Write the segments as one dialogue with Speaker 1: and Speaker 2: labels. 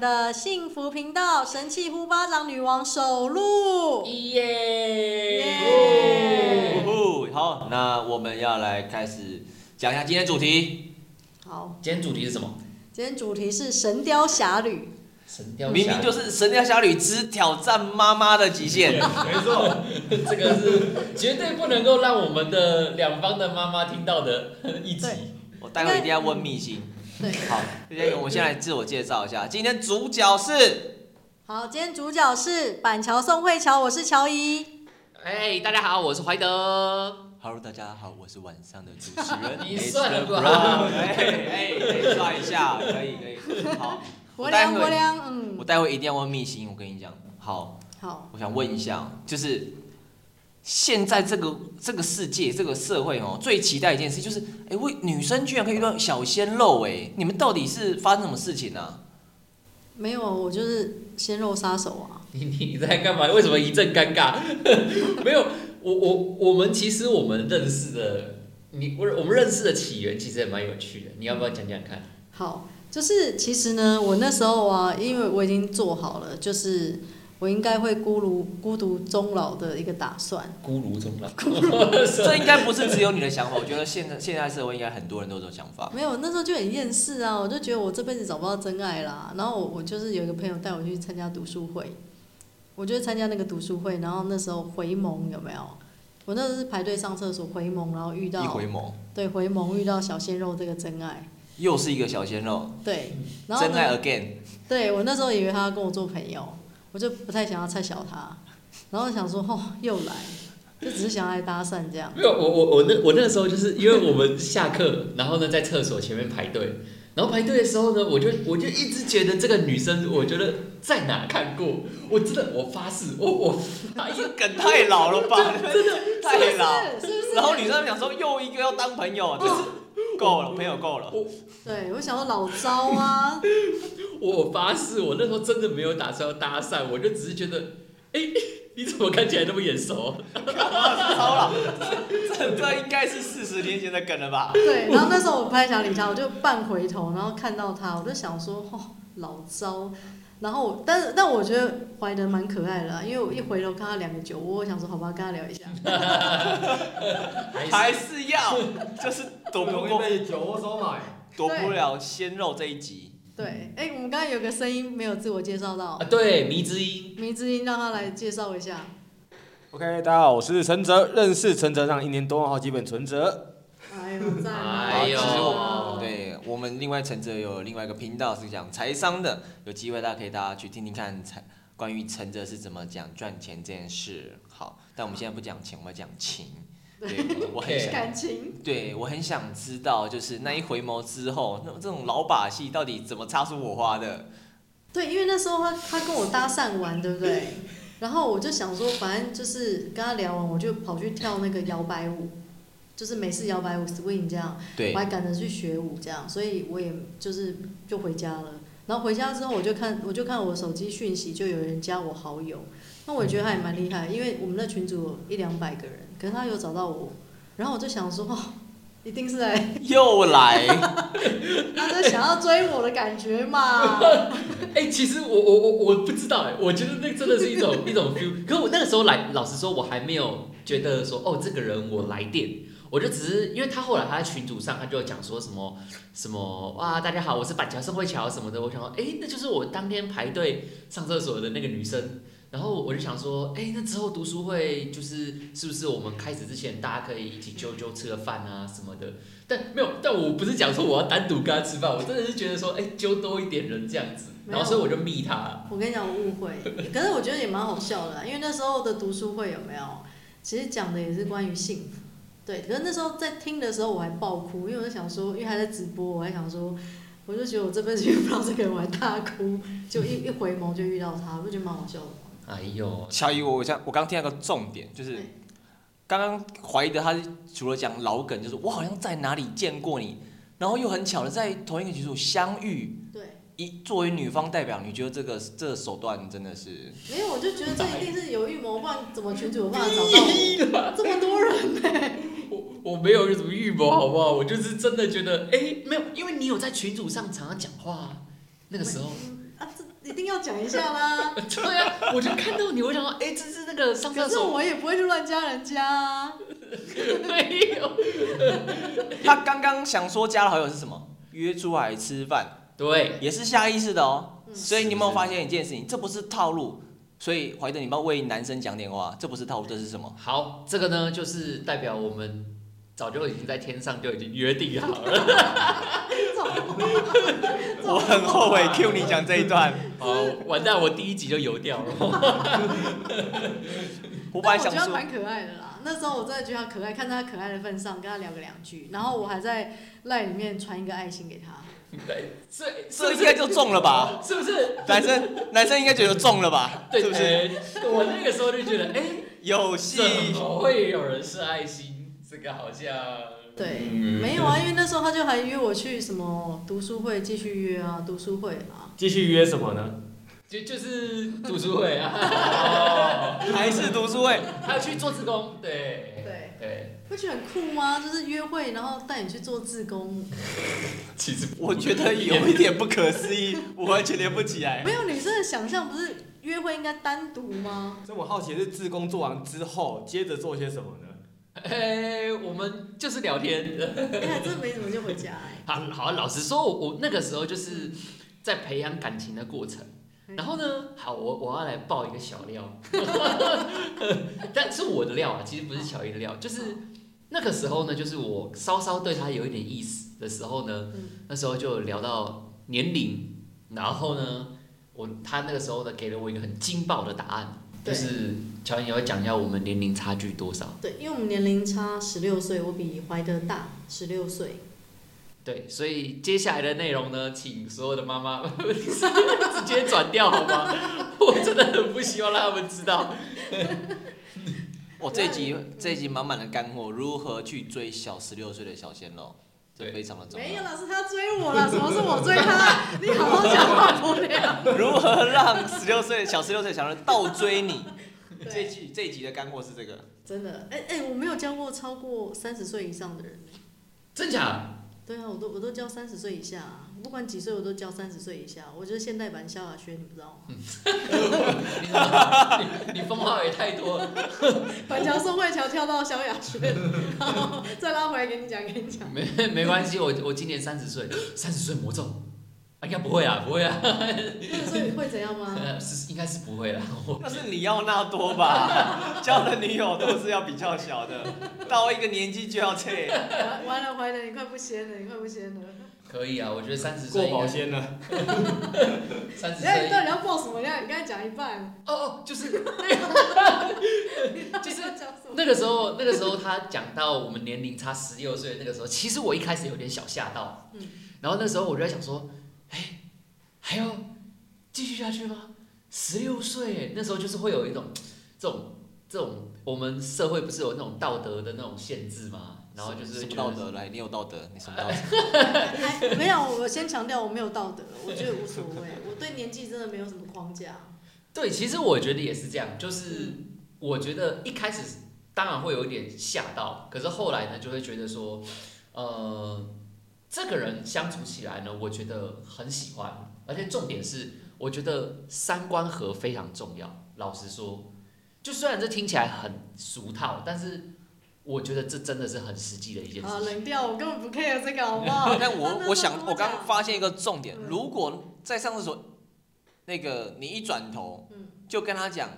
Speaker 1: 的幸福频道《神器呼巴掌女王》首录。耶
Speaker 2: 耶！
Speaker 3: 呜呼好，那我们要来开始讲一下今天主题。
Speaker 1: 好，
Speaker 2: 今天主题是什么？
Speaker 1: 今天主题是《神雕侠侣
Speaker 2: 神雕侠侣
Speaker 3: 明明就是《神雕侠侣之挑战妈妈的极限》，
Speaker 4: 没错，
Speaker 2: 这个是绝对不能够让我们的两方的妈妈听到 的一集。
Speaker 3: 我待会一定要问密星。》。
Speaker 1: 对，
Speaker 3: 好，今天我们先来自我介绍一下，今天主角是，
Speaker 1: 好，今天主角是板桥宋慧乔，我是乔怡。
Speaker 5: 哎，大家好，我是怀德。
Speaker 3: Hello，大家好，我是晚上的主持人
Speaker 2: 你算了
Speaker 3: Mr. Brown 哎哎，可以算一下，可以可以。好，
Speaker 1: 我
Speaker 3: 待
Speaker 1: 良，
Speaker 3: 会
Speaker 1: 我良，
Speaker 3: 我
Speaker 1: 嗯，
Speaker 3: 待会一定要问密星，我跟你讲。好，
Speaker 1: 好，
Speaker 3: 我想问一下哦，就是现在这个这个世界这个社会哦，最期待一件事就是，哎，为女生居然可以遇到小鲜肉，哎，你们到底是发生什么事情 啊？
Speaker 1: 没有，我就是鲜肉杀手啊。
Speaker 2: 你你在干嘛？为什么一阵尴尬？ 没有，我我我们其实我们认识的，你我我们认识的起源其实也蛮有趣的。你要不要讲讲看？
Speaker 1: 好，就是其实呢，我那时候啊，因为我已经做好了，就是我应该会孤独孤独终老的一个打算。
Speaker 2: 孤独终老，
Speaker 3: 这应该不是只有你的想法，我觉得现在现在社会应该很多人都有这种想法。
Speaker 1: 没有，那时候就很厌世啊，我就觉得我这辈子找不到真爱啦。然后我我就是有一个朋友带我去参加读书会，我就参加那个读书会，然后那时候回眸有没有？我那时候是排队上厕所回眸，然后遇
Speaker 3: 一
Speaker 1: 到
Speaker 3: 回眸，
Speaker 1: 对回眸遇到小鲜肉这个真爱，
Speaker 3: 又是一个小鲜肉，
Speaker 1: 对，然后
Speaker 3: 真爱
Speaker 1: 呢，
Speaker 3: again，
Speaker 1: 对我那时候以为他要跟我做朋友，我就不太想要太小他，然后想说哦又来，就只是想要来搭讪这样。
Speaker 2: 没有，我我我那我那时候就是因为我们下课，然后呢在厕所前面排队，然后排队的时候呢，我就我就一直觉得这个女生，我觉得在哪看过，我真的我发誓，我我发
Speaker 3: 这梗太老了吧？真的太老。
Speaker 1: 是不是？是不是？
Speaker 3: 然后女生想说又一个要当朋友，就是够了，朋友够了。
Speaker 1: 对我想说老招啊，
Speaker 2: 我发誓，我那时候真的没有打算要搭讪，我就只是觉得，哎、你怎么看起来那么眼熟？
Speaker 3: 超老，这这应该是四十年前的梗了吧？
Speaker 1: 对，然后那时候我不太想理他，我就半回头，然后看到他，我就想说，哦，老招。然后我，但是但我觉得怀德蛮可爱的啊，因为我一回头看到两个酒窝，我想说，好吧，跟他聊一下。
Speaker 2: 还是
Speaker 3: 还是要， 就是躲不过，
Speaker 4: 被酒窝收买。
Speaker 3: 躲不了鲜肉这一集。
Speaker 1: 对，哎，我们刚刚有个声音没有自我介绍到
Speaker 2: 啊，，对，迷之音，
Speaker 1: 迷之音让他来介绍一下。
Speaker 4: OK，大家好，我是陈哲，认识陈哲让一年多，好几本存折。
Speaker 1: 哎呦，赞啊！
Speaker 2: 哎呦
Speaker 3: 好其实
Speaker 2: 哦
Speaker 3: 我对我们另外陈哲有另外一个频道是讲财商的，有机会大家可以大家去听听看财关于陈哲是怎么讲赚钱这件事。好，但我们现在不讲钱，我们讲情。对，我 很想
Speaker 1: 感情，
Speaker 3: 对我很想知道，就是那一回眸之后，那这种老把戏到底怎么擦出火花的？
Speaker 1: 对，因为那时候他他跟我搭讪完，对不对？然后我就想说，反正就是跟他聊完，我就跑去跳那个摇摆舞，就是美式摇摆舞 swing 这样。
Speaker 3: 对
Speaker 1: 我，还赶着去学舞这样，所以我也就是就回家了。然后回家之后，我就看我就看我手机讯息，就有人加我好友。那我也觉得他也蛮厉害，因为我们那群组有一两百个人，可是他有找到我，然后我就想说，哦、一定是来
Speaker 3: 又来，
Speaker 1: 他在想要追我的感觉嘛。
Speaker 2: 哎、其实我我我我不知道哎，我觉得那真的是一种一种 feel。可我那个时候来，老实说，我还没有觉得说，哦，这个人我来电，我就只是因为他后来他在群组上，他就有讲说什么什么哇，大家好，我是板桥宋慧乔什么的。我想说，哎、那就是我当天排队上厕所的那个女生。然后我就想说，哎、那之后读书会就是是不是我们开始之前，大家可以一起揪揪吃个饭啊什么的？但没有，但我不是讲说我要单独跟他吃饭，我真的是觉得说，哎、揪多一点人这样子。
Speaker 1: 没有
Speaker 2: 然后所以我就密他，
Speaker 1: 我跟你讲，我误会，可是我觉得也蛮好笑的啦，啊因为那时候的读书会有没有，其实讲的也是关于性，对。可是那时候在听的时候我还爆哭，因为我在想说，因为还在直播，我还想说，我就觉得我这辈子遇 不到这个人，我还大哭，就一一回眸就遇到他，我就觉得蛮好笑的。
Speaker 2: 哎呦，
Speaker 3: 哦乔伊，我我刚我刚听到一个重点，就是
Speaker 1: 对
Speaker 3: 刚刚怀疑的他除了讲老梗，就是我好像在哪里见过你，然后又很巧的在同一个群组相遇。
Speaker 1: 对，
Speaker 3: 一作为女方代表，你觉得这个这个手段真的是
Speaker 1: 没有，我就觉得这一定是有预谋，不然怎么群主有办法找到我 这么多人呢、
Speaker 2: 我我没有什么预谋，好不好？我就是真的觉得，哎、没有，因为你有在群组上常常讲话啊，那个时候。
Speaker 1: 啊，这一定要讲一下 啦。
Speaker 2: 对啊，我就看到你，我想说，哎、这是那个上
Speaker 1: 可
Speaker 2: 厕
Speaker 1: 是
Speaker 2: 所
Speaker 1: 我也不会去乱加人家啊。
Speaker 2: 没有？
Speaker 3: 他刚刚想说加了好友是什么？约出来吃饭，
Speaker 2: 对，
Speaker 3: 也是下意识的哦。
Speaker 1: 嗯
Speaker 3: 所以你有没有发现一件事情？这不是套路。所以怀德，你帮为男生讲点话，这不是套路，这是什么？
Speaker 2: 好，这个呢，就是代表我们早就已经在天上就已经约定好了。
Speaker 3: 我很后悔 Q 你讲这一段，
Speaker 2: 好，完蛋，我第一集就游掉了。
Speaker 3: 我本
Speaker 1: 但
Speaker 3: 来
Speaker 1: 我
Speaker 3: 想
Speaker 1: 觉得他
Speaker 3: 说，
Speaker 1: 蛮可爱的啦。那时候我真的觉得他可爱，看在他可爱的份上，跟他聊个两句，然后我还在赖里面传一个爱心给他。
Speaker 2: 对，所以是
Speaker 3: 这
Speaker 2: 不
Speaker 3: 应该
Speaker 2: 是？
Speaker 3: 就中了吧？
Speaker 2: 是不是？
Speaker 3: 男生男生应该觉得中了吧？
Speaker 2: 对，
Speaker 3: 是不是？
Speaker 2: 呃我那个时候就觉得，哎、
Speaker 3: 有戏
Speaker 2: 怎么会有人是爱心？这个好像
Speaker 1: 对，
Speaker 2: 嗯
Speaker 1: 没有啊，因为那时候他就还约我去什么读书会，继续约啊，读书会啊。
Speaker 4: 继续约什么呢？
Speaker 2: 就就是读书会啊，
Speaker 4: 哦
Speaker 3: 还是读书会？
Speaker 2: 还有去做志工，对
Speaker 1: 对，
Speaker 2: 对，
Speaker 1: 会觉得很酷吗？就是约会，然后带你去做志工。
Speaker 2: 其实
Speaker 3: 我觉得有一点不可思议，我完全连不起来。
Speaker 1: 没有女生的想象，不是约会应该单独吗？
Speaker 4: 所以我好奇的是，自工做完之后，接着做些什么呢？
Speaker 2: 哎、我们就是聊天。
Speaker 1: 哎、还真没怎么就回家哎、
Speaker 2: 好，好，老实说，我我那个时候就是在培养感情的过程。
Speaker 1: 嗯
Speaker 2: 然后呢，好，我我要来爆一个小料， 但是我的料啊，其实不是小姨的料，
Speaker 1: 哦
Speaker 2: 就是那个时候呢，就是我稍稍对他有一点意思的时候呢
Speaker 1: 嗯，
Speaker 2: 那时候就聊到年龄，然后呢，我他那个时候呢，给了我一个很惊爆的答案，就
Speaker 1: 对
Speaker 2: 是乔姨你要讲一下我们年龄差距多少？
Speaker 1: 对，因为我们年龄差十六岁，我比怀德大十六岁。
Speaker 2: 对，所以接下来的内容呢，请所有的妈妈 直接转掉好吗？ 我真的很不希望让他们知道。
Speaker 3: 我这一集这一集满满的干货，如何去追小十六岁的小鲜肉，这
Speaker 2: 对
Speaker 3: 非常的重
Speaker 1: 没有
Speaker 3: 要。
Speaker 1: 啦，是他追我啦，什么是我追他？你好好讲话不了。
Speaker 3: 如何让十六岁小十六岁的小人倒追你？这一
Speaker 1: 对，
Speaker 3: 集这一集的干货是这个，
Speaker 1: 真的，哎、哎、我没有教过超过三十岁以上的人、欸。
Speaker 2: 真假？
Speaker 1: 对啊，我都我都教三十岁以下、啊，不管几岁我都教三十岁以下。我就是现代版萧亚轩，你不知道吗？
Speaker 2: 你怎么你你封号也太多了。
Speaker 1: 板桥宋慧乔跳到萧亚轩，然后再拉回来给你讲，给你讲。
Speaker 2: 没没关系，我我今年三十岁，三十岁魔咒，啊应该不会啊，不会啊，
Speaker 1: 所以会怎样吗？
Speaker 2: 呃 是应该是不会啦。我
Speaker 3: 那是里奥纳多吧？ 交的女友都是要比较小的，到一个年纪就要这样。
Speaker 1: 完完了，怀德，你快不鲜了，你快不鲜了。
Speaker 2: 可以啊，我觉得三十
Speaker 4: 过
Speaker 2: 岁应
Speaker 4: 保
Speaker 2: 该
Speaker 4: 鲜了，
Speaker 2: 三十
Speaker 1: 你哎看你
Speaker 2: 岁
Speaker 1: 到底要报什么料？你刚才讲一半，
Speaker 2: 哦哦，就是
Speaker 1: 就是要讲什么？
Speaker 2: 那个时候那个时候他讲到我们年龄差十六岁，那个时候其实我一开始有点小吓到，
Speaker 1: 嗯
Speaker 2: 然后那时候我就在想说，哎，还要继续下去吗？十六岁耶，那时候就是会有一种这种这种，我们社会不是有那种道德的那种限制吗？然后就是
Speaker 3: 什
Speaker 2: 会
Speaker 3: 么
Speaker 2: 觉
Speaker 3: 道
Speaker 2: 得
Speaker 3: 德？来，你有道德，你什么道德？
Speaker 1: 哎没有，我先强调我没有道德，我觉得无所谓，我对年纪真的没有什么框架。
Speaker 2: 对，其实我觉得也是这样，就是我觉得一开始当然会有一点吓到，可是后来呢，就会觉得说，呃，这个人相处起来呢，我觉得很喜欢，而且重点是，我觉得三观合非常重要。老实说，就虽然这听起来很俗套，但是我觉得这真的是很实际的一件
Speaker 1: 啊，
Speaker 2: 事情。
Speaker 1: 冷掉，我根本不 care 这个，好不好？
Speaker 3: 但 我我想，我刚发现一个重点
Speaker 1: 嗯，
Speaker 3: 如果在上厕所，那个你一转头
Speaker 1: 嗯，
Speaker 3: 就跟他讲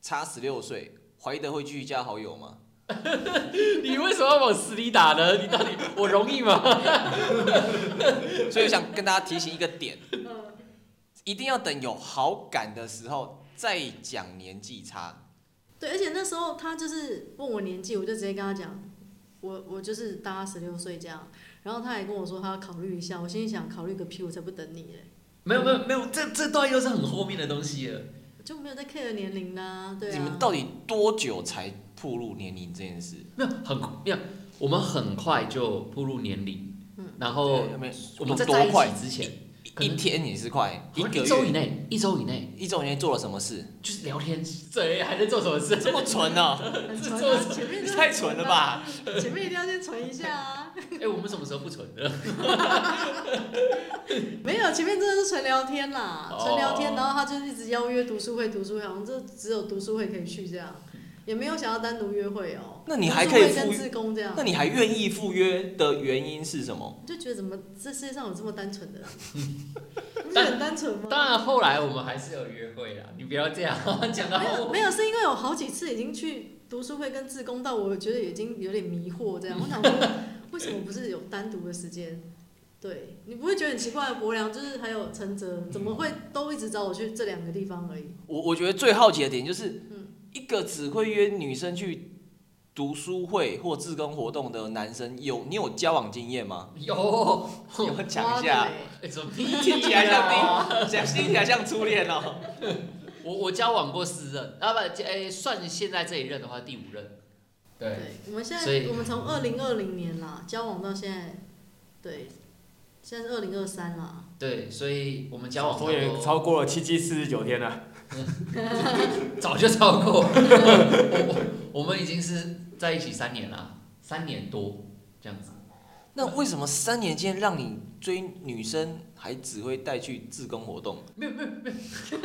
Speaker 3: 差十六岁，怀德会继续加好友 吗？
Speaker 2: 你为什么要往死里打呢？你到底我容易吗？
Speaker 3: 所以我想跟大家提醒一个点，
Speaker 1: 嗯
Speaker 3: 一定要等有好感的时候再讲年纪差。
Speaker 1: 对，而且那时候他就是问我年纪，我就直接跟他讲，我我就是大他十六岁这样。然后他还跟我说他要考虑一下，我心里想考虑个屁，我才不等你嘞，
Speaker 2: 没有没有没有，这这段又是很后面的东西了。
Speaker 1: 我就没有在 care 年龄啦，对啊。
Speaker 3: 你们到底多久才步入年龄这件事？
Speaker 2: 没有很没有，我们很快就步入年龄，
Speaker 1: 嗯
Speaker 2: 然后
Speaker 3: 对没有
Speaker 2: 哦我们在在
Speaker 3: 多
Speaker 2: 一
Speaker 3: 快
Speaker 2: 起之前，可
Speaker 3: 一
Speaker 2: 能
Speaker 3: 天也是快，一
Speaker 2: 好像
Speaker 3: 个
Speaker 2: 一周以
Speaker 3: 月。
Speaker 2: 内，一周以内
Speaker 3: 一周年做了什么事？
Speaker 2: 就是聊天，对，还在做 什么事？
Speaker 3: 这么纯哦，
Speaker 1: 很纯啊，前面
Speaker 3: 你
Speaker 1: 就
Speaker 3: 太纯了吧！
Speaker 1: 前面一定要先存一下啊。啊，
Speaker 2: 哎、我们什么时候不存的？
Speaker 1: 没有，前面真的是纯聊天啦，纯聊天，
Speaker 2: 哦
Speaker 1: 然后他就一直邀约读书会，读书会，好像就只有读书会可以去这样，也没有想要单独约会哦、
Speaker 3: 那你还可以
Speaker 1: 读书会
Speaker 3: 赴
Speaker 1: 跟志工
Speaker 2: 啊
Speaker 1: 这样
Speaker 3: 那，你还愿意赴约的原因是什么？
Speaker 1: 我就觉得怎么这世界上有这么单纯的 人？你不觉
Speaker 2: 但
Speaker 1: 得很单纯吗？
Speaker 2: 当然，啊后来我们还是有约会啦，你不要这样 讲到
Speaker 1: 没有
Speaker 2: 我。
Speaker 1: 没有，是因为有好几次已经去读书会跟志工到，我觉得已经有点迷惑这样。我 想说，为什么不是有单独的时间？对你不会觉得很奇怪？伯良就是还有陈哲，怎么会都一直找我去这两个地方而已？
Speaker 3: 我我觉得最好奇的点就是
Speaker 1: 嗯，
Speaker 3: 一个只会约女生去读书会或志工活动的男生，有你有交往经验吗？
Speaker 2: 有，
Speaker 3: 你 要讲一
Speaker 1: 哇
Speaker 3: 下，
Speaker 1: 对
Speaker 2: 哎、怎么
Speaker 3: 听起来像
Speaker 2: 呀？
Speaker 3: 听，讲听起来像初恋哦。
Speaker 2: 我我交往过四任，啊不，哎、算现在这一任的话，第五任。对，
Speaker 1: 对，我们现
Speaker 2: 所以
Speaker 1: 在我们从二零二零年啦交往到现在，对，现在是二零二三啦。
Speaker 2: 对，所以我们交往
Speaker 4: 我也
Speaker 2: 差
Speaker 4: 超过了七七四十九天了，
Speaker 2: 不多早就超过了我我我们已经是在一起三年啦，三年多这样子。
Speaker 3: 那为什么三年间让你追女生还只会带去志工活动？
Speaker 2: 没有没有没有，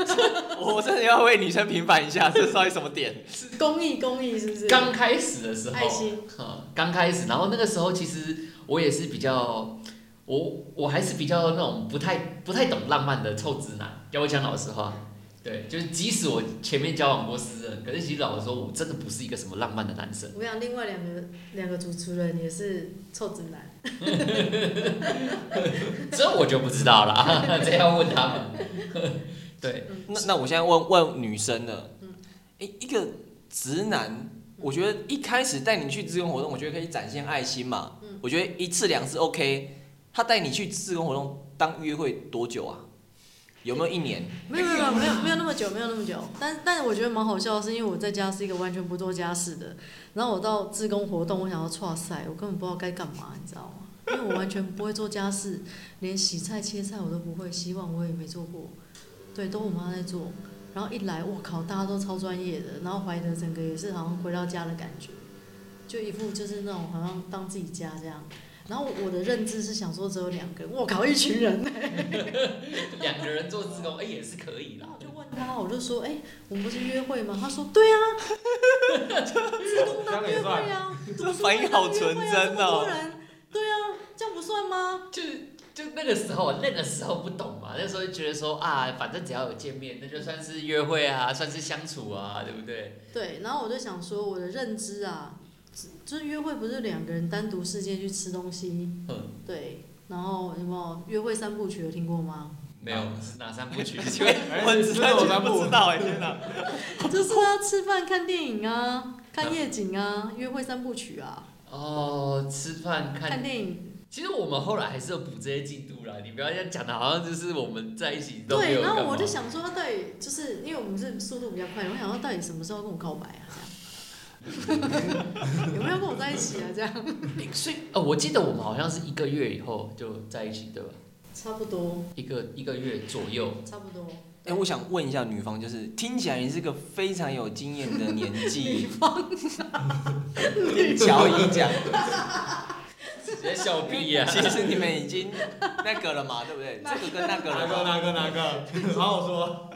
Speaker 3: 我真的要为女生平反一下，这到底什么点？
Speaker 1: 公益公益是不是？
Speaker 2: 刚开始的时候，
Speaker 1: 爱心
Speaker 2: 嗯刚开始，然后那个时候其实我也是比较，我我还是比较那种不太不太懂浪漫的臭直男，要我讲老实话，对，就是即使我前面交往过私人，可是其实老实说，我真的不是一个什么浪漫的男生。
Speaker 1: 我想另外两个两个主持人也是臭直男。
Speaker 2: 这我就不知道了， 这要问他们。对，
Speaker 3: 那那我现在问问女生了，
Speaker 1: 嗯
Speaker 3: 诶，一个直男，我觉得一开始带你去志工活动，我觉得可以展现爱心嘛，
Speaker 1: 嗯
Speaker 3: 我觉得一次两次 OK。他带你去志工活动当约会多久啊？有没有一年？
Speaker 1: 没有没有没有没有那么久，没有那么久。但但我觉得蛮好笑的是，因为我在家是一个完全不做家事的，然后我到志工活动，我想要哇塞，我根本不知道该干嘛，你知道吗？因为我完全不会做家事，连洗菜切菜我都不会，洗碗我也没做过，对，都我妈在做。然后一来，我靠，大家都超专业的，然后怀德整个也是好像回到家的感觉，就一副就是那种好像当自己家这样。然后我的认知是想说只有两个人，我靠，一群人呢、
Speaker 2: 两个人做自工，哎、也是可以啦
Speaker 1: 然后。我就问他，我就说，哎、我们不是约会吗？他说，对啊，自动
Speaker 4: 这
Speaker 1: 当
Speaker 4: 样
Speaker 1: 约
Speaker 4: 也
Speaker 1: 会
Speaker 4: 算。
Speaker 1: 啊，
Speaker 3: 这反应好纯真
Speaker 1: 这么多
Speaker 3: 哦。
Speaker 1: 人，对啊，这样不算吗？
Speaker 2: 就就那个时候，那个时候不懂嘛，那时候就觉得说啊，反正只要有见面，那就算是约会啊，算是相处啊，对不对？
Speaker 1: 对，然后我就想说，我的认知啊，只就是约会不是两个人单独世界去吃东西，
Speaker 2: 嗯，
Speaker 1: 对，然后有没有约会三部曲有听过 吗？
Speaker 2: 没有哦哪三 部曲？
Speaker 3: 因为我
Speaker 4: 哎
Speaker 3: 真
Speaker 4: 知道欸我
Speaker 3: 的
Speaker 4: 三步
Speaker 3: 不知道哎，天哪！
Speaker 1: 就是要吃饭、看电影啊，看夜景啊，约会三部曲啊，
Speaker 2: 哦，吃饭
Speaker 1: 看
Speaker 2: 看。
Speaker 1: 电影。
Speaker 2: 其实我们后来还是有补这些进度啦，你不要这样讲的，好像就是我们在一起都没
Speaker 1: 对，
Speaker 2: 有
Speaker 1: 然后
Speaker 2: 干
Speaker 1: 我
Speaker 2: 嘛
Speaker 1: 就想说，他到底就是因为我们是速度比较快，我想说到底什么时候跟我告白啊？这样 有没有跟我在一起啊？这样
Speaker 2: 诶所以哦，我记得我们好像是一个月以后就在一起，对吧？
Speaker 1: 差不多，
Speaker 2: 一个一个月左 右。
Speaker 1: 差不多。
Speaker 3: 哎，我想问一下女方，就是听起来你是个非常有经验的年纪，跟 乔姨讲，
Speaker 2: 直接笑屁呀、
Speaker 3: 其实你们已经那个了嘛，对不对？这个跟那个了 嘛。
Speaker 4: 哪个哪个？好好说。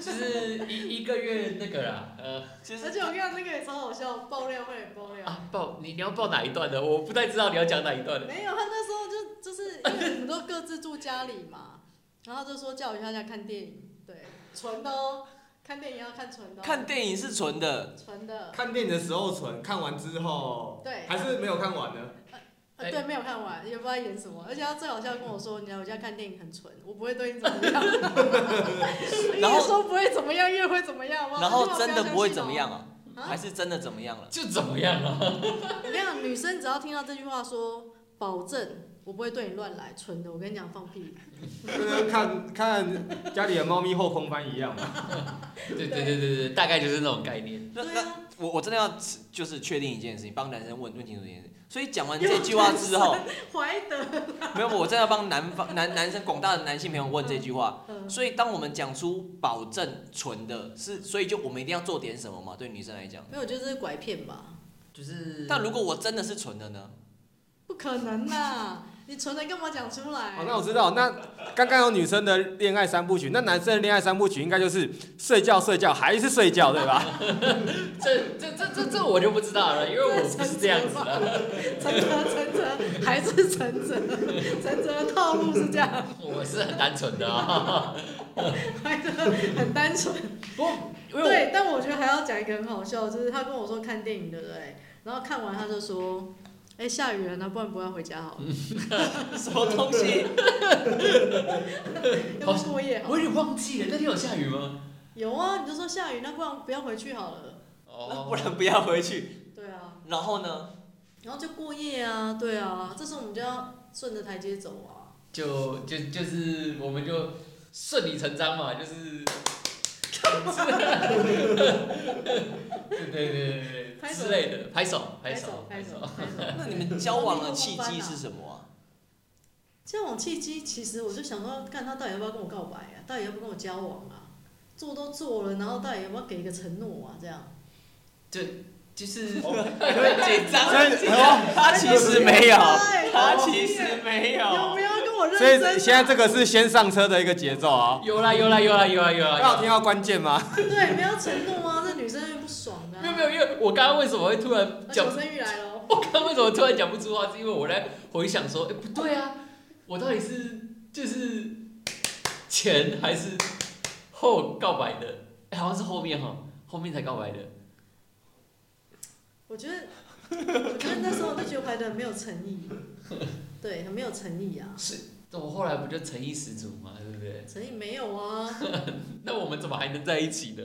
Speaker 2: 就是一一个月那个啦，呃
Speaker 3: 其
Speaker 1: 而
Speaker 3: 实
Speaker 1: 且我看那个也超好笑，爆料快点爆料。
Speaker 2: 啊报你你要报哪一段的？我不太知道你要讲哪一段的。
Speaker 1: 没有，他那时候就就是因为我们都各自住家里嘛，然后就说叫我一下下看电影，对，纯的哦，看电影要看纯的、哦，
Speaker 3: 看电影是纯的，
Speaker 1: 纯的，
Speaker 4: 看电影的时候存，看完之后
Speaker 1: 对
Speaker 4: 还是没有看完呢。
Speaker 3: 哎
Speaker 1: 呃对，没有看完，也不知道演什么，而且他最好笑跟我说，你来我家看电影很纯，我不会对你怎么 样，你
Speaker 3: 然后
Speaker 1: 也说不会怎么样，越会怎么样，哇
Speaker 3: 然后真的不会怎么。样啊，
Speaker 1: 这句话我要相信哦
Speaker 3: 还是真的怎么样了？
Speaker 2: 就怎么样了？
Speaker 1: 啊，没有，女生只要听到这句话说，保证我不会对你乱来，纯的，我跟你讲放屁。
Speaker 4: 就跟看看家里的猫咪后空翻一样嘛。
Speaker 2: 对对对对对，大概就是那种概念。
Speaker 3: 那
Speaker 1: 对
Speaker 3: 那
Speaker 1: 啊，
Speaker 3: 我我真的要就是确定一件事情，帮男生问问清楚这件事。所以讲完这句话之后，
Speaker 1: 怀德。
Speaker 3: 没有，我真的要帮男方男男生广大的男性朋友问这句话。
Speaker 1: 嗯
Speaker 3: 所以当我们讲出保证纯的是，所以就我们一定要做点什么嘛，对女生来讲。
Speaker 1: 没有，就是拐骗吧，
Speaker 2: 就是，
Speaker 3: 但如果我真的是纯的呢？
Speaker 1: 不不可能呐！你存了干嘛讲出来？
Speaker 2: 哦
Speaker 4: 好，哦那我知道。那刚刚有女生的恋爱三部曲，那男生的恋爱三部曲应该就是睡觉、睡觉还是睡觉，对吧？
Speaker 2: 这这这这这我就不知道了，因为我不 是这样子啊的，
Speaker 1: 陈哲，陈哲还是陈哲，陈哲的套路是这样，
Speaker 2: 我是很单纯的啊。
Speaker 1: 拍的很单纯。
Speaker 2: 不过因为我
Speaker 1: 对，但我觉得还要讲一个很好笑，就是他跟我说看电影，对不对？然后看完他就说：“哎、下雨了，那不然不要回家好了，
Speaker 3: 什么东西？
Speaker 1: 要不过夜好
Speaker 2: 我
Speaker 1: 了。
Speaker 2: 有点忘记了，那天有下雨吗？”
Speaker 1: 有啊，你就说下雨，那不然不要回去好了。
Speaker 3: 那
Speaker 2: 哦
Speaker 3: 不，然不要回去。
Speaker 1: 对啊，
Speaker 3: 然后呢？
Speaker 1: 然后就过夜啊，对啊，这时候我们就要顺着台阶走啊。
Speaker 2: 就就就是我们就顺理成章嘛，就是。 对对对对对，
Speaker 1: 拍手
Speaker 2: 之类的，拍手拍
Speaker 1: 手
Speaker 2: 手，
Speaker 1: 拍手
Speaker 2: 手。
Speaker 1: 拍手。
Speaker 3: 那你们交往的契机是什么啊？
Speaker 1: 交往契机，其实我就想说，看他到底要不要跟我告白啊，到底要不要跟我交往啊？做都做了，然后到底要不要给一个承诺啊？这样。
Speaker 2: 就是
Speaker 3: 紧张
Speaker 4: 所以
Speaker 3: 紧张他其实没有，
Speaker 1: 对
Speaker 3: 他其实没
Speaker 1: 有
Speaker 3: 有
Speaker 1: 没。有跟我 认
Speaker 4: 所以
Speaker 1: 真、啊？
Speaker 4: 现在这个是先上车的一个节奏啊、
Speaker 2: 有啦有啦有啦有啦有
Speaker 1: 哦
Speaker 4: 大
Speaker 2: 啦，
Speaker 4: 家有听到关键吗？
Speaker 1: 对，不要承诺啊，这女生又不爽的、啊。
Speaker 2: 没有没有，因为我刚刚为什么会突然
Speaker 1: 那
Speaker 2: 讲
Speaker 1: 求生欲来了哦。
Speaker 2: 我刚刚为什么突然讲不出话，是因为我在回想说，哎、不对啊，我到底是就是前还是后告白的？哎、好像是后面哈，后面才告白的。
Speaker 1: 我觉得，我觉得那时候我就觉得怀德很没有诚意，对，很没有诚意啊，
Speaker 2: 这我后来不就诚意十足嘛，对不对？
Speaker 1: 诚意没有啊，
Speaker 2: 那我们怎么还能在一起呢？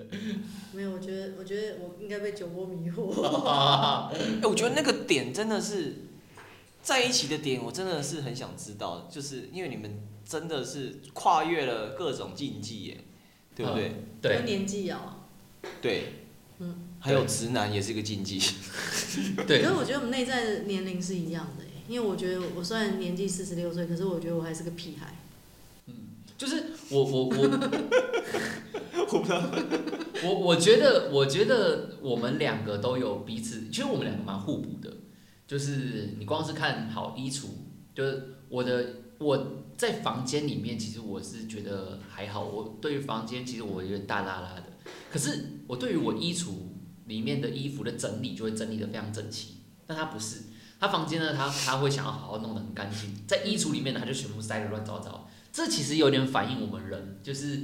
Speaker 1: 没有。我觉得，我觉得我应该被酒窝迷惑。
Speaker 2: 啊，
Speaker 3: 哎，我觉得那个点真的是在一起的点，我真的是很想知道，就是因为你们真的是跨越了各种禁忌耶，对不对？
Speaker 1: 跟
Speaker 2: 对
Speaker 1: 年纪啊，
Speaker 3: 对，
Speaker 1: 嗯
Speaker 3: 还有直男也是个禁忌。
Speaker 1: 可
Speaker 2: 对
Speaker 1: 是我觉得我们内在的年龄是一样的、欸，因为我觉得我虽然年纪四十六岁，可是我觉得我还是个屁孩。
Speaker 2: 就是我我我
Speaker 3: 我不知道。
Speaker 2: 我我觉得我觉得我们两个都有彼此，其实我们两个蛮互补的。就是你光是看好衣橱，就是我的我在房间里面，其实我是觉得还好。我对于房间，其实我有点大拉拉的。可是我对于我衣橱里面的衣服的整理，就会整理的非常整齐。但他不是，他房间呢，他他会想要好好弄得很干净。在衣橱里面呢，他就全部塞得乱糟糟。这其实有点反映我们人，就是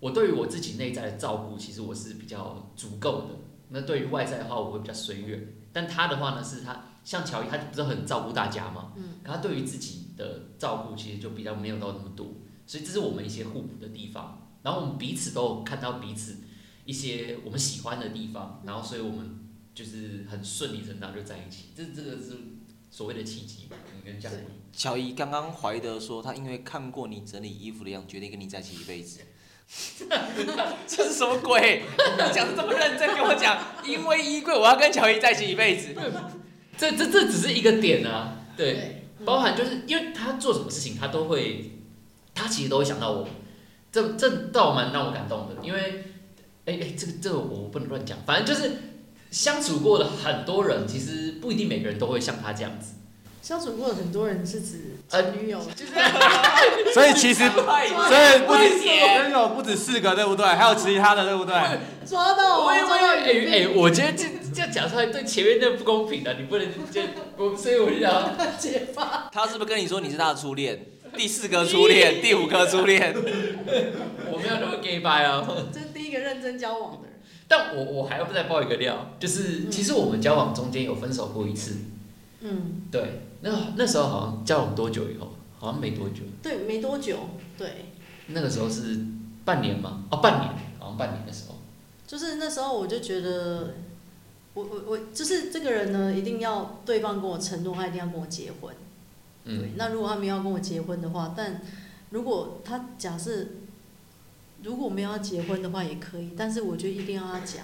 Speaker 2: 我对于我自己内在的照顾，其实我是比较足够的。那对于外在的话，我会比较随缘。但他的话呢，是他像乔伊，他不是很照顾大家嘛，
Speaker 1: 嗯，
Speaker 2: 可他对于自己的照顾其实就比较没有到那么多，所以这是我们一些互补的地方。然后我们彼此都有看到彼此一些我们喜欢的地方，然后所以我们就是很顺理成章就在一起。这这个是所谓的契机吧，你跟讲。
Speaker 3: 乔伊刚刚怀德说，他因为看过你整理衣服的样子，决定跟你在一起一辈子。 这是什么鬼？你讲的这么认真，跟我讲，因为衣柜我要跟乔伊在一起一辈子。
Speaker 2: 这这这只是一个点啊，对。
Speaker 1: 对，嗯
Speaker 2: 包含就是因为他做什么事情，他都会，他其实都会想到我，这这倒蛮让我感动的，因为，哎哎，这个这个我不能乱讲，反正就是相处过的很多人，其实不一定每个人都会像他这样子，
Speaker 1: 相处过的很多人是指
Speaker 2: 呃
Speaker 1: 前女友，
Speaker 2: 就是
Speaker 1: 哎
Speaker 4: 所以其实，
Speaker 1: 啊
Speaker 4: 所以不止
Speaker 3: 姐
Speaker 4: 真有不止四个，对不对？还有其他的，对不对？
Speaker 1: 抓到
Speaker 2: 我
Speaker 1: 哦我，
Speaker 2: 也我
Speaker 1: 抓
Speaker 2: 也
Speaker 1: 到
Speaker 2: 哎
Speaker 1: 你
Speaker 2: 哎、我觉得这这样讲出来对前面那不公平的，你不能这我，所以我就想，
Speaker 1: 解放。
Speaker 3: 他是不是跟你说你是他的初恋？第四个初 恋，第五个初恋，
Speaker 2: 我没有那么 gay 拜啊。
Speaker 1: 这是第一个认真交往的人。
Speaker 2: 但我我还要再爆一个料，就是
Speaker 1: 嗯
Speaker 2: 其实我们交往中间有分手过一次，
Speaker 1: 嗯，
Speaker 2: 对，那那时候好像交往多久以后？好像没多久，
Speaker 1: 对，没多久，对，
Speaker 2: 那个时候是半年吗？哦，半年，好像半年的时候。
Speaker 1: 就是那时候我就觉得，我我我就是这个人呢，一定要对方跟我承诺，他一定要跟我结婚。对
Speaker 2: 嗯，，
Speaker 1: 那如果他没有要跟我结婚的话，但如果他假设如果没有要结婚的话也可以，但是我就一定要他讲。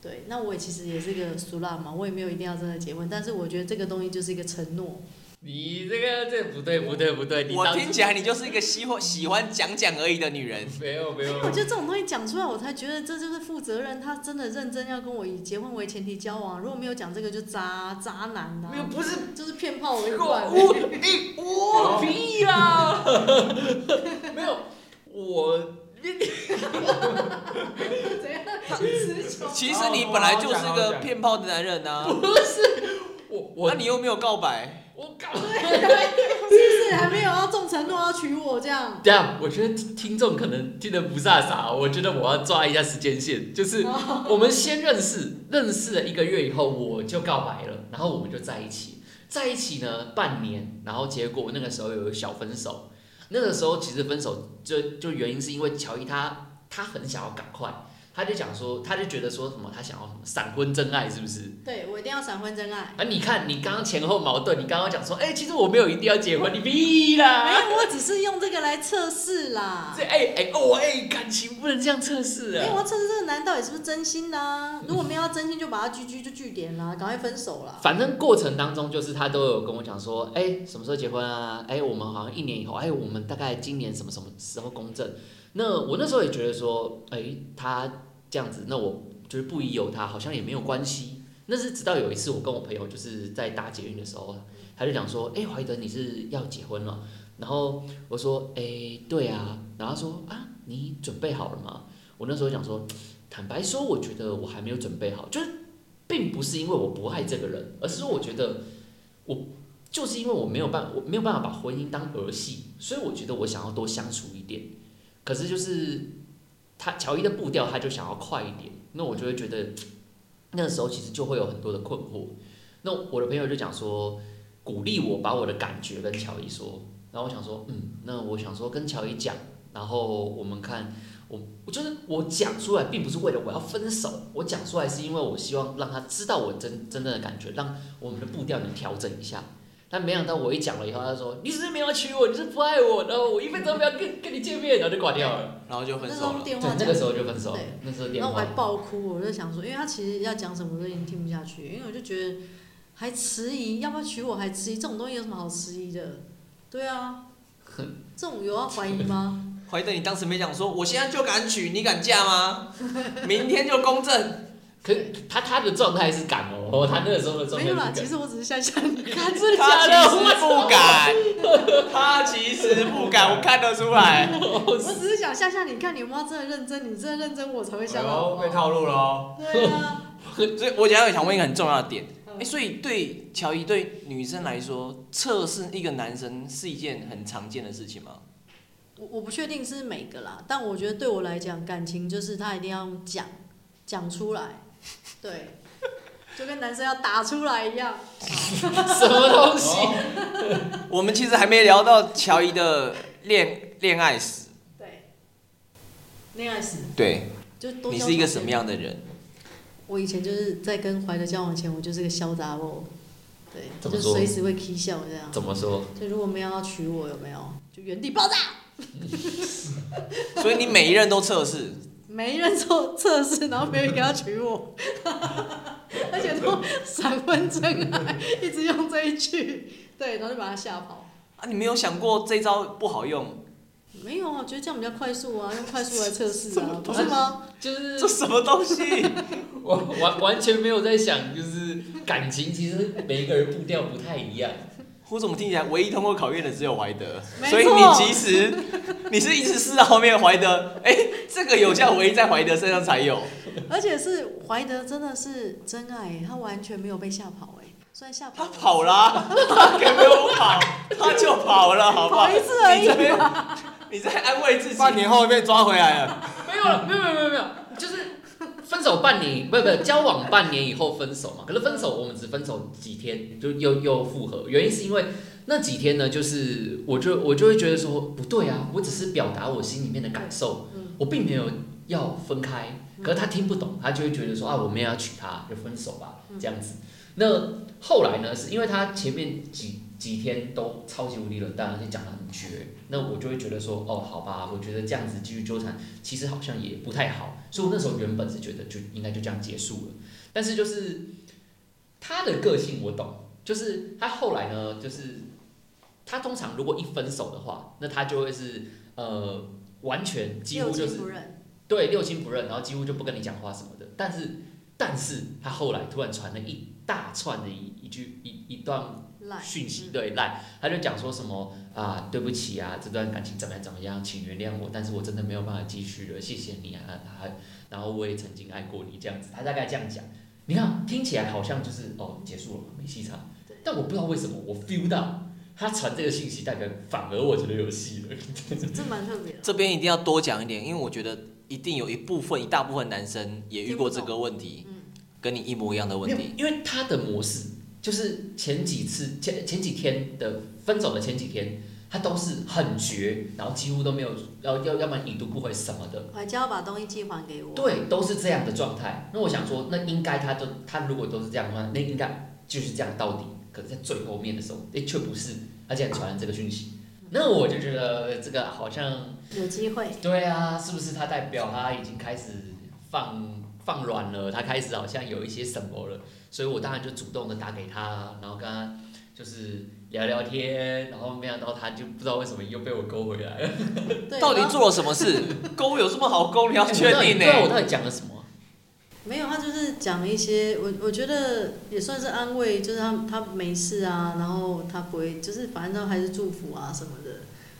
Speaker 1: 对，那我也其实也是个俗辣嘛，我也没有一定要真的结婚，但是我觉得这个东西就是一个承诺，
Speaker 2: 你这个这不对不对不对，你
Speaker 3: 我
Speaker 2: 当
Speaker 3: 听起来你就是一个喜欢喜欢讲讲而已的女人。
Speaker 2: 没有没有
Speaker 1: 因为，我觉得这种东西讲出来，我才觉得这就是负责任。他真的认真要跟我以结婚为前提交往，如果没有讲这个，就渣渣男呐、
Speaker 2: 没有 不是
Speaker 1: 就是骗炮为
Speaker 2: 我
Speaker 1: 冠。
Speaker 2: 我你我屁啦！没有我。
Speaker 1: 怎样？词穷。
Speaker 3: 其实你本来就是个骗炮的男人呐、
Speaker 2: 不是我哦我、
Speaker 3: 那你又没有告白，
Speaker 2: 我搞
Speaker 1: 是不是还没有要重承诺要娶我这样？
Speaker 2: 这样，我觉得听听众可能听得不飒飒，我觉得我要抓一下时间线，就是我们先认识，认识了一个月以后我就告白了，然后我们就在一起，在一起呢半年，然后结果那个时候有小分手，那个时候其实分手就就原因是因为乔伊他他很想要赶快，他就讲说他就觉得说什么他想要什么闪婚真爱是不是？
Speaker 1: 对我一定要闪婚真爱。
Speaker 2: 啊，你看你刚刚前后矛盾，你刚刚讲说哎、其实我没有一定要结婚，你屁啦！
Speaker 1: 没有，我只是用这个来测试啦
Speaker 2: 啊这。哎哎哦哎，感情不能这样测试
Speaker 1: 因为
Speaker 2: 啊！
Speaker 1: 我要测试这个男到底是不是真心啦、如果没有要真心，就把他拒拒就拒点啦，赶快分手啦。
Speaker 2: 反正过程当中，就是他都有跟我讲说，哎、什么时候结婚啊？哎、我们好像一年以后，哎、我们大概今年什么什么时候公证？那我那时候也觉得说，哎、他这样子，那我就是不疑有他，好像也没有关系。那是直到有一次，我跟我朋友就是在搭捷运的时候，他就讲说，哎、怀德你是要结婚了？然后我说，哎、对啊。然后他说，啊，你准备好了吗？我那时候想说，坦白说，我觉得我还没有准备好，就是。并不是因为我不爱这个人，而是说我觉得我就是因为我没有办我没有办法把婚姻当儿戏，所以我觉得我想要多相处一点。可是就是他乔伊的步调，他就想要快一点，那我就会觉得那个时候其实就会有很多的困惑。那我的朋友就讲说，鼓励我把我的感觉跟乔伊说，然后我想说，嗯，那我想说跟乔伊讲，然后我们看我我就是我讲出来，并不是为了我要分手，我讲出来是因为我希望让他知道我真真正的感觉，让我们的步调能调整一下。但没想到我一讲了以后，他说：“你是不是没有要娶我，你是不爱我，然后我一分钟不要跟跟你见面，然后就挂掉了。
Speaker 3: 然后就分
Speaker 1: 那时
Speaker 3: 手
Speaker 1: 候
Speaker 3: 了。
Speaker 1: 电
Speaker 2: 对
Speaker 1: 话，
Speaker 2: 那个时候就分手了
Speaker 1: 对，
Speaker 2: 那时候电
Speaker 1: 然后我还
Speaker 2: 话。
Speaker 1: 爆哭，我就想说，因为他其实要讲什么我都已经听不下去，因为我就觉得还迟疑，要不要娶我还迟疑，这种东西有什么好迟疑的？对 啊，这种有要怀疑吗？
Speaker 3: 怀德，你当时没讲说，我现在就敢娶，你敢嫁吗？明天就公证。
Speaker 2: 可他他的状态是敢哦，他那个时候的状
Speaker 1: 没
Speaker 2: 态是
Speaker 1: 有啦，
Speaker 2: 敢。
Speaker 1: 其实我只是想想你，
Speaker 2: 看真的
Speaker 3: 他
Speaker 2: 假
Speaker 3: 其
Speaker 2: 的？
Speaker 3: 实
Speaker 2: 我
Speaker 3: 不敢，他其实不敢，我看得出来。
Speaker 1: 我只是想吓吓你，看你有没有真的认真，你真的认真我才会吓到。
Speaker 2: 哎
Speaker 4: 被套路了哦。
Speaker 1: 对啊，
Speaker 3: 所以我讲想问一个很重要的点，哎、
Speaker 1: 嗯
Speaker 3: 所以对乔伊对女生来说，测试一个男生是一件很常见的事 情吗？
Speaker 1: 我我不确定是每个啦，但我觉得对我来讲，感情就是他一定要讲讲出来，对，就跟男生要打出来一样。
Speaker 2: 什么东西？
Speaker 3: 我们其实还没聊到乔伊的恋恋爱史，
Speaker 1: 对，恋爱史
Speaker 3: 对
Speaker 1: 就多。
Speaker 3: 你是一个什么？样的人？
Speaker 1: 我以前就是在跟怀德交往前，我就是个小杂货，对，
Speaker 2: 怎么
Speaker 1: 就
Speaker 2: 说
Speaker 1: 随时会 k 笑这样。
Speaker 2: 怎么说？
Speaker 1: 就如果没有要娶我，有没有？就原地爆炸，
Speaker 3: 所以你每一任都测试，
Speaker 1: 没人做测试，然后没有一个要娶我， 而且都闪婚真爱，啊一直用这一句，对，然后就把他吓跑。
Speaker 3: 啊，你没有想过这招不好用？
Speaker 1: 没有啊，我觉得这样比较快速啊，用快速来测试啊，不是吗？
Speaker 2: 就是
Speaker 3: 这什么东西？
Speaker 2: 我完完全没有在想，就是感情其实每一个人步调不太一样。
Speaker 3: 我怎么听起来唯一通过考验的只有怀德？
Speaker 1: 没错
Speaker 3: 所以你其实你是一直试到后面怀德，哎、这个有效唯一在怀德身上才有。
Speaker 1: 而且是怀德真的是真爱耶、他完全没有被吓跑哎、虽然吓跑
Speaker 3: 他
Speaker 1: 了
Speaker 3: 跑啦，他给没有跑，他就跑了，好不好？
Speaker 1: 跑一次而
Speaker 3: 你这
Speaker 1: 已
Speaker 3: 边
Speaker 1: 嘛。
Speaker 3: 你在安慰自己。
Speaker 4: 半年后被抓回来了，
Speaker 2: 没有了，没有没有没有没有，就是分手半年，不不，交往半年以后分手嘛。可是分手我们只分手几天，就又又复合，原因是因为那几天呢，就是我就我就会觉得说不对啊，我只是表达我心里面的感受
Speaker 1: 嗯，
Speaker 2: 我并没有要分开。可是他听不懂，他就会觉得说啊，我没有要娶她，就分手吧，这样子。那后来呢，是因为他前面几几天都超级无敌冷淡，而且讲的很绝，那我就会觉得说，哦，好吧，我觉得这样子继续纠缠。其实好像也不太好，所以我那时候原本是觉得就应该就这样结束了，但是就是他的个性我懂，就是他后来呢，就是他通常如果一分手的话，那他就会是呃完全几乎
Speaker 1: 六
Speaker 2: 就
Speaker 1: 亲
Speaker 2: 是
Speaker 1: 不认，
Speaker 2: 对六亲不认，然后几乎就不跟你讲话什么的。但是但是他后来突然传了一大串的一一句一一段
Speaker 1: 赖
Speaker 2: 讯息
Speaker 1: 嗯
Speaker 2: 对赖，他就讲说什么啊，对不起啊，这段感情怎么样怎么样，请原谅我，但是我真的没有办法继续了，谢谢你啊，他，然后我也曾经爱过你这样子，他大概这样讲，你看听起来好像就是哦结束了嘛，没戏唱
Speaker 1: 对，
Speaker 2: 但我不知道为什么我 feel 到他传这个信息，代表反而我觉得有戏了，
Speaker 1: 嗯这蛮特别的。
Speaker 3: 这边一定要多讲一点，因为我觉得一定有一部分一大部分男生也遇过这个问题，
Speaker 1: 嗯，
Speaker 3: 跟你一模一样的问
Speaker 2: 因为
Speaker 3: 题。
Speaker 2: 因为他的模式就是前几次前前几天的分手的前几天。他都是很绝，然后几乎都没有要要，要不然已读不回什么的，
Speaker 1: 我还叫他把东西寄还给我。
Speaker 2: 对，都是这样的状态。那我想说，那应该他都他如果都是这样的话，那应该就是这样到底。可是，在最后面的时候，哎，却不是，他竟然传了这个讯息。那我就觉得呃这个好像，
Speaker 1: 有机会，
Speaker 2: 对啊，是不是他代表他已经开始放放软了？他开始好像有一些什么了，所以我当然就主动的打给他，然后跟他就是聊聊天，然后没想到他就不知道为什么又被我勾回 来了。
Speaker 1: 对
Speaker 3: 到底
Speaker 1: 然后
Speaker 3: 做了什么事？勾有这么好勾？你要
Speaker 2: 哎我
Speaker 3: 确
Speaker 2: 到底
Speaker 3: 定呢、
Speaker 2: 对啊，我到底讲了什么啊？
Speaker 1: 没有，他就是讲一些我我觉得也算是安慰，就是他他没事啊，然后他不会，就是反正还是祝福啊什么的。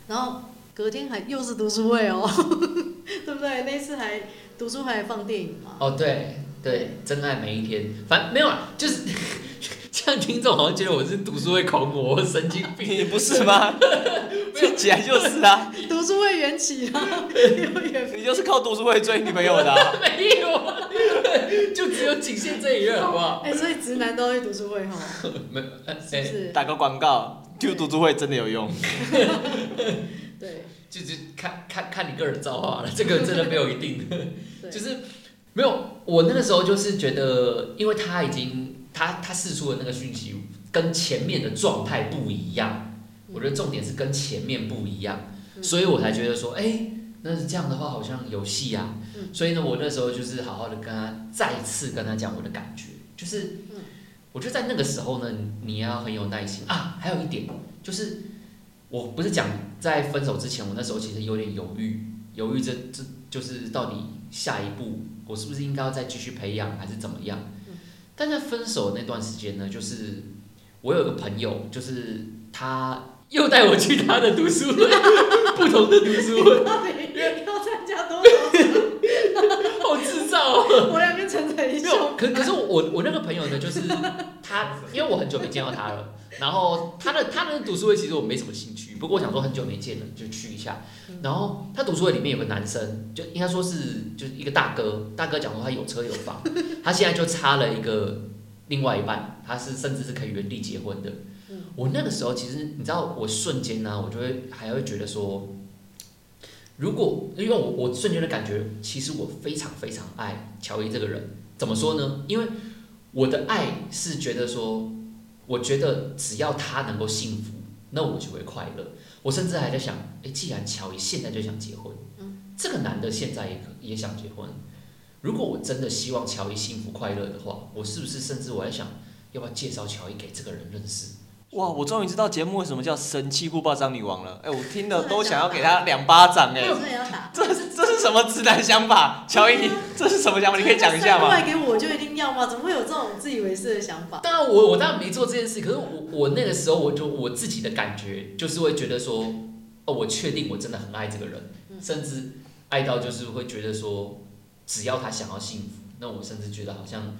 Speaker 1: 然后隔天还又是读书会哦， 对不对？那次还读书会还放电影嘛。
Speaker 2: 哦，对对，真爱每一天，反正没有啦，就是 这样听众好像觉得我是读书会狂魔，我神经病。
Speaker 3: 你不是吗？ 听起来就是啊，
Speaker 1: 读书会缘起 啊，有缘。
Speaker 3: 你就是靠读书会追女朋友的、啊。
Speaker 2: 没有，就只有仅限这一任，好不好？
Speaker 1: 哎、所以直男都会读书会 哈，
Speaker 2: 没，
Speaker 3: 呃
Speaker 2: 哎、
Speaker 1: 是不是？
Speaker 3: 打个广告，就读书会真的有用。
Speaker 1: 对
Speaker 2: 就就看看看你个人造化了，这个真的没有一定的。
Speaker 1: 对，
Speaker 2: 就是没有，我那个时候就是觉得，因为他已经他他释出的那个讯息跟前面的状态不一样，我觉得重点是跟前面不一样，
Speaker 1: 嗯
Speaker 2: 所以我才觉得说，哎、那是这样的话好像有戏啊。
Speaker 1: 嗯
Speaker 2: 所以呢，我那时候就是好好的跟他再次跟他讲我的感觉，就是
Speaker 1: 嗯，
Speaker 2: 我觉得在那个时候呢，你要很有耐心啊。还有一点就是，我不是讲在分手之前，我那时候其实有点犹豫，犹豫这这就是到底下一步我是不是应该要再继续培养，还是怎么样
Speaker 1: 嗯？
Speaker 2: 但在分手那段时间呢，就是我有个朋友，就是他又带我去他的读书会， 不同的读书 会，
Speaker 1: 到底要参加多少？
Speaker 2: 好智障 哦！
Speaker 1: 我俩跟陈晨一
Speaker 2: 没
Speaker 1: 笑
Speaker 2: 有，。可可是我我那个朋友呢，就是他，因为我很久没见到他了，然后他的他的读书会其实我没什么兴趣，不过我想说很久没见了就去一下
Speaker 1: 嗯。
Speaker 2: 然后他读书会里面有个男生，就应该说是就是一个大哥，大哥讲说他有车有房，他现在就差了一个另外一半，他是甚至是可以原地结婚的
Speaker 1: 嗯。
Speaker 2: 我那个时候其实你知道，我瞬间呢、我就会还会觉得说。如果因为我我瞬间的感觉，其实我非常非常爱乔伊这个人，怎么说呢？因为我的爱是觉得说，我觉得只要他能够幸福，那我就会快乐。我甚至还在想，诶，既然乔伊现在就想结婚，
Speaker 1: 嗯
Speaker 2: 这个男的现在也可也想结婚，如果我真的希望乔伊幸福快乐的话，我是不是甚至我还想，要不要介绍乔伊给这个人认识？
Speaker 3: 哇，我终于知道节目为什么叫神气互爆张女王了。哎、我听了都想要给她两巴掌哎、
Speaker 1: 所以要打。
Speaker 3: 这是这是什么直男想法？乔伊，你这是什么想法？你可以讲一
Speaker 1: 他塞
Speaker 3: 下吗？
Speaker 1: 过来给我，我就一定要吗？怎么会有这种自以为是的想法？
Speaker 2: 当然我，我当然没做这件事，可是我我那个时候我就我自己的感觉就是会觉得说，哦，我确定我真的很爱这个人，
Speaker 1: 嗯
Speaker 2: 甚至爱到就是会觉得说，只要他想要幸福，那我甚至觉得好像，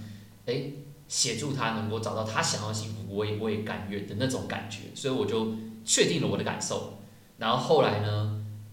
Speaker 2: 哎，协助他能够找到他想要幸福，我也我也甘愿的那种感觉，所以我就确定了我的感受。然后后来呢，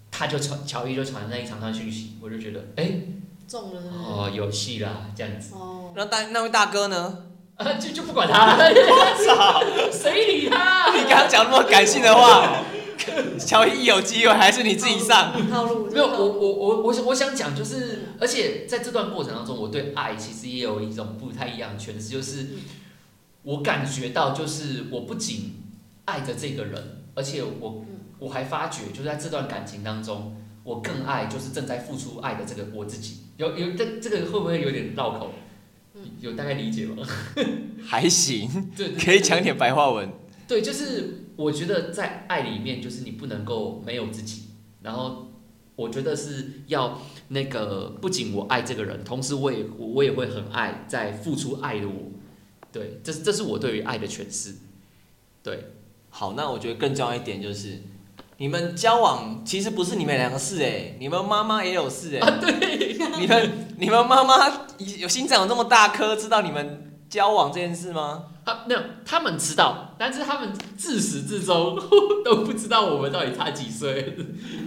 Speaker 2: 他就传乔伊就传那一长串讯息，我就觉得，哎，
Speaker 1: 中了是不是
Speaker 2: 哦，有戏啦，这样子，
Speaker 1: 哦，
Speaker 3: 那大那位大哥呢？
Speaker 2: 啊， 就就不管他了，
Speaker 3: 我操！
Speaker 2: 谁理 他？
Speaker 3: 你刚刚讲那么感性的话， 乔伊有机会还是你自己上？
Speaker 1: 套路
Speaker 2: 没有，我我我我想我想讲就是，而且在这段过程当中，我对爱其实也有一种不太一样的诠释，就是
Speaker 1: 嗯
Speaker 2: 我感觉到，就是我不仅爱着这个人，而且我
Speaker 1: 嗯
Speaker 2: 我还发觉，就是在这段感情当中，我更爱就是正在付出爱的这个我自己。有有这这个会不会有点绕口？有大概理解吗？
Speaker 3: 还行，
Speaker 2: 对，对
Speaker 3: 可以讲点白话文。
Speaker 2: 对，就是我觉得在爱里面，就是你不能够没有自己。然后我觉得是要那个，不仅我爱这个人，同时我也我我也会很爱在付出爱的我。对，这是这是我对于爱的诠释。
Speaker 3: 好，那我觉得更重要一点就是，你们交往其实不是你们两个事哎、你们妈妈也有事哎、 对，你们你们妈妈有心脏有那么大颗，知道你们交往这件事吗？
Speaker 2: 他没有，啊他们知道，但是他们自始至终 都不知道我们到底差几岁。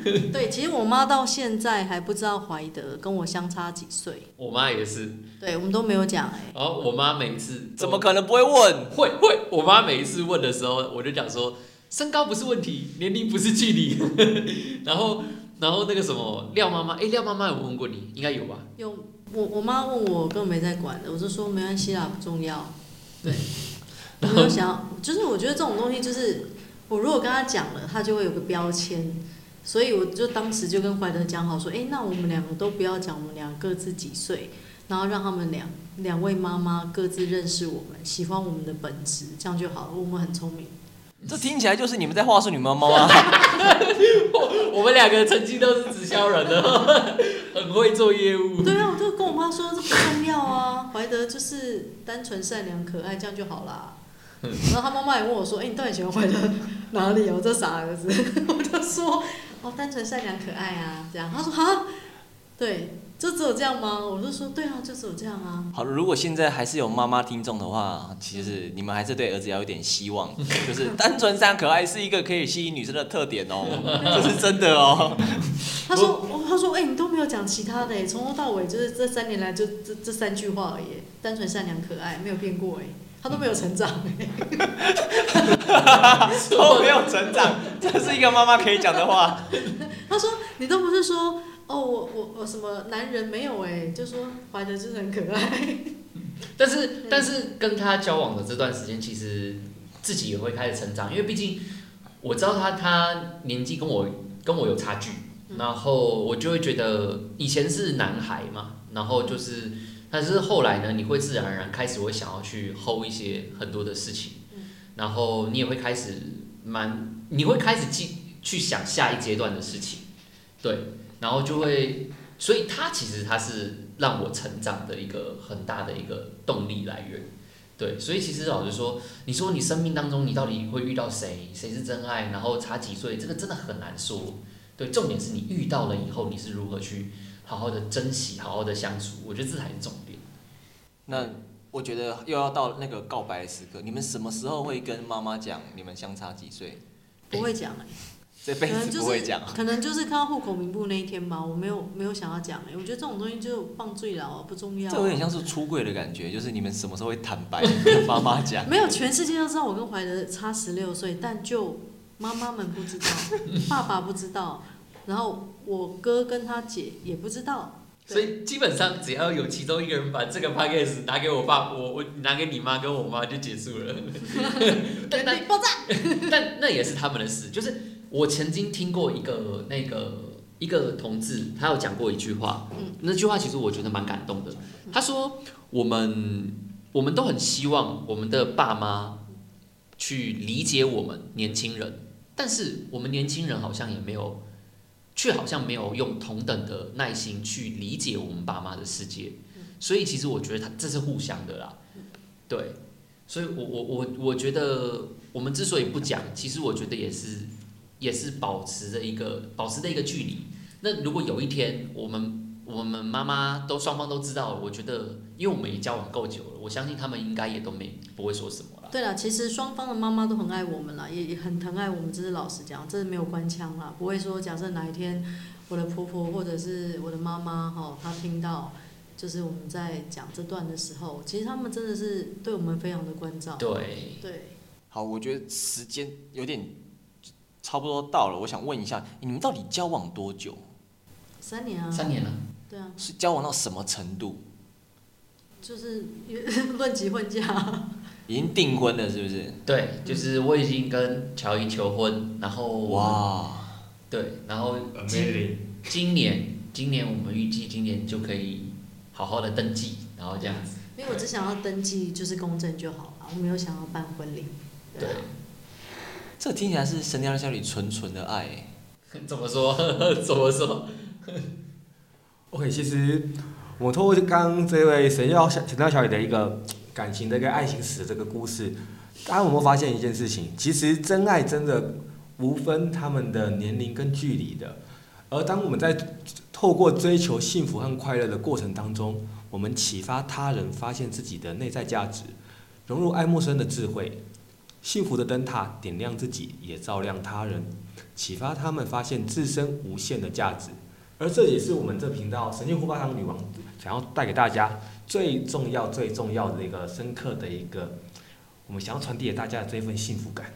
Speaker 1: 对，其实我妈到现在还不知道怀德跟我相差几岁，
Speaker 2: 我妈也是，
Speaker 1: 对我们都没有讲哎、
Speaker 2: 然后我妈每一次都
Speaker 3: 怎么可能不会问？
Speaker 2: 会会？我妈每一次问的时候，我就讲说，身高不是问题，年龄不是距离。 然后，然后那个什么廖妈妈，哎，廖妈妈有问过你，应该有吧？
Speaker 1: 有我我妈问我，我根本没在管的，我就说没关系啦，不重要。对，我没有想要，就是我觉得这种东西就是我如果跟她讲了，她就会有个标签，所以我就当时就跟怀德讲好说，哎、那我们两个都不要讲我们俩各自几岁，然后让他们两两位妈妈各自认识我们，喜欢我们的本质，这样就好了。我们很聪明。
Speaker 3: 这听起来就是你们在话术你们妈妈。
Speaker 2: 我们两个曾经都是直销人的， 很会做业务。
Speaker 1: 对啊，我就跟我妈说这不重要啊，怀德就是单纯、善良、可爱，这样就好啦。然后他妈妈也问我说：“哎、你到底喜欢怀德哪里啊？我这傻儿子。” 我就说：“哦，单纯、善良、可爱啊。”这样，他说：“哈，对，就只有这样吗？”我就说：“对啊，就只有这样啊。
Speaker 3: 好，如果现在还是有妈妈听众的话，其实你们还是对儿子要有点希望，就是单纯善可爱是一个可以吸引女生的特点哦，这是真的哦。”
Speaker 1: 他说：“哦，他说，哎、你都没有讲其他的耶，欸从头到尾就是这三年来就这这三句话而已耶，单纯、善良、可爱，没有变过哎，他都没有成长哎。”
Speaker 3: 都没有成长，这是一个妈妈可以讲的话。
Speaker 1: 他说：“你都不是说哦，我我我什么男人没有哎、就说怀德就是很可爱。
Speaker 2: 但是但是跟他交往的这段时间，其实自己也会开始成长，因为毕竟我知道他他年纪跟我跟我有差距，然后我就会觉得以前是男孩嘛，然后就是但是后来呢，你会自然而然开始会想要去 hold 一些很多的事情
Speaker 1: 嗯，
Speaker 2: 然后你也会开始蛮你会开始记去想下一阶段的事情，对，然后就会所以他其实他是让我成长的一个很大的一个动力来源。对，所以其实老实说，你说你生命当中你到底会遇到谁，谁是真爱，然后差几岁，这个真的很难说。对，重点是你遇到了以后，你是如何去好好的珍惜，好好的相处，我觉得这才是重点。
Speaker 3: 那我觉得又要到那个告白的时刻，你们什么时候会跟妈妈讲你们相差几岁？
Speaker 1: 不会讲 哎、
Speaker 3: 这辈
Speaker 1: 可能就
Speaker 3: 子
Speaker 1: 是
Speaker 3: 不会讲。
Speaker 1: 可能就是看到户口名簿那一天吧，我没有没有想要讲哎、我觉得这种东西就放最牢啊，不重要？
Speaker 3: 这有点像是出柜的感觉，就是你们什么时候会坦白跟妈妈讲
Speaker 1: 没有，全世界都知道我跟怀德差十六岁，但就妈妈们不知 道，爸爸不知道，然后我哥跟他姐也不知道。对
Speaker 2: 所以基本上只要有其中一个人把这个 podcast 拿给我爸，我我拿给你妈跟我妈就结束 了。但但
Speaker 1: 原地爆炸，
Speaker 2: 但那也是他们的事。就是我曾经听过一个那个一个同志，他有讲过一句话，
Speaker 1: 嗯
Speaker 2: 那句话其实我觉得蛮感动的。他说：“我们我们都很希望我们的爸妈去理解我们年轻人，但是我们年轻人好像也没有，却好像没有用同等的耐心去理解我们爸妈的世界。所以其实我觉得他这是互相的啦，对。”所以我，我我我觉得我们之所以不讲，其实我觉得也是也是保持着一个保持着一个距离。那如果有一天我们我们妈妈都双方都知道了，我觉得因为我们也交往够久了，我相信他们应该也都没不会说什么啦。
Speaker 1: 对了，其实双方的妈妈都很爱我们啦，也也很疼爱我们，这是老实讲，这是没有官腔啦，不会说假设哪一天我的婆婆或者是我的妈妈哈，她听到就是我们在讲这段的时候，其实他们真的是对我们非常的关照。
Speaker 2: 对，
Speaker 1: 对，
Speaker 3: 好，我觉得时间有点差不多到了，我想问一下，你们到底交往多久？
Speaker 1: 三年啊，
Speaker 2: 三年了，
Speaker 1: 对啊，
Speaker 3: 是交往到什么程度？
Speaker 1: 就是 论及婚嫁，
Speaker 3: 已经订婚了是不是？
Speaker 2: 对，就是我已经跟乔伊求婚，然后我们，
Speaker 3: 哇，
Speaker 2: 对，然后今今年今年我们预计今年就可以好好的登记，然后这样子。
Speaker 1: 因因为我只想要登记就是公证就好了，我没有想要办婚礼。对啊，
Speaker 3: 这听起来是《神雕侠侣》纯纯的爱欸。
Speaker 2: 怎么说？ 怎么说？
Speaker 4: OK，其实我们透过刚刚这位神药小神药小姐的一个感情的一个爱情史这个故事，大家有没有发现一件事情？其实真爱真的无分他们的年龄跟距离的。而当我们在透过追求幸福和快乐的过程当中，我们启发他人发现自己的内在价值，融入爱默生的智慧，幸福的灯塔点亮自己，也照亮他人，启发他们发现自身无限的价值。而这也是我们这频道《神经护发糖女王》想要带给大家最重要、最重要的一个深刻的一个，我们想要传递给大家的这份幸福感。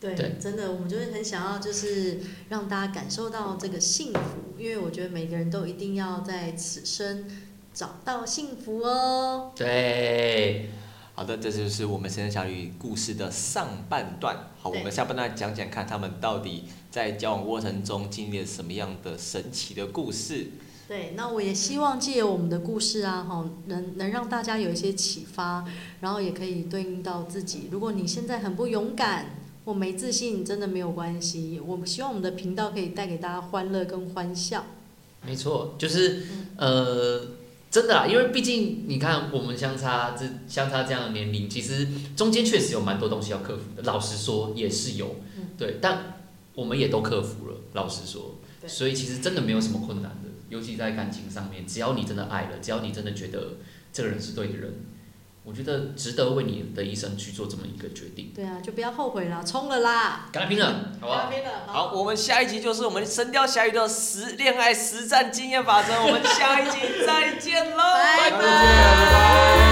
Speaker 1: 对，
Speaker 2: 对
Speaker 1: 真的，我们就是很想要，就是让大家感受到这个幸福，因为我觉得每个人都一定要在此生找到幸福哦。
Speaker 2: 对，
Speaker 3: 好的，这就是我们《神雕侠侣》故事的上半段。好，我
Speaker 1: 对
Speaker 3: 们下半段讲讲看他们到底在交往过程中经历了什么样的神奇的故事。
Speaker 1: 对，那我也希望借由我们的故事啊，哈，能能让大家有一些启发，然后也可以对应到自己。如果你现在很不勇敢或没自信，真的没有关系。我们希望我们的频道可以带给大家欢乐跟欢笑。
Speaker 2: 没错，就是
Speaker 1: 嗯
Speaker 2: 呃，真的啦，因为毕竟你看我们相差这相差这样的年龄，其实中间确实有蛮多东西要克服的。老实说，也是有
Speaker 1: 嗯，
Speaker 2: 对，但我们也都克服了。老实说，
Speaker 1: 对
Speaker 2: 所以其实真的没有什么困难的，尤其在感情上面，只要你真的爱了，只要你真的觉得这个人是对的人，我觉得值得为你的一生去做这么一个决定，
Speaker 1: 对啊，就不要后悔啦，冲了啦！
Speaker 2: 赶快拼了，好不啊好？
Speaker 1: 了，
Speaker 3: 好，，我们下一集就是我们《神雕侠侣》的实恋爱实战经验法则。我们下一集再见喽，
Speaker 1: 拜
Speaker 4: 拜拜
Speaker 1: 拜。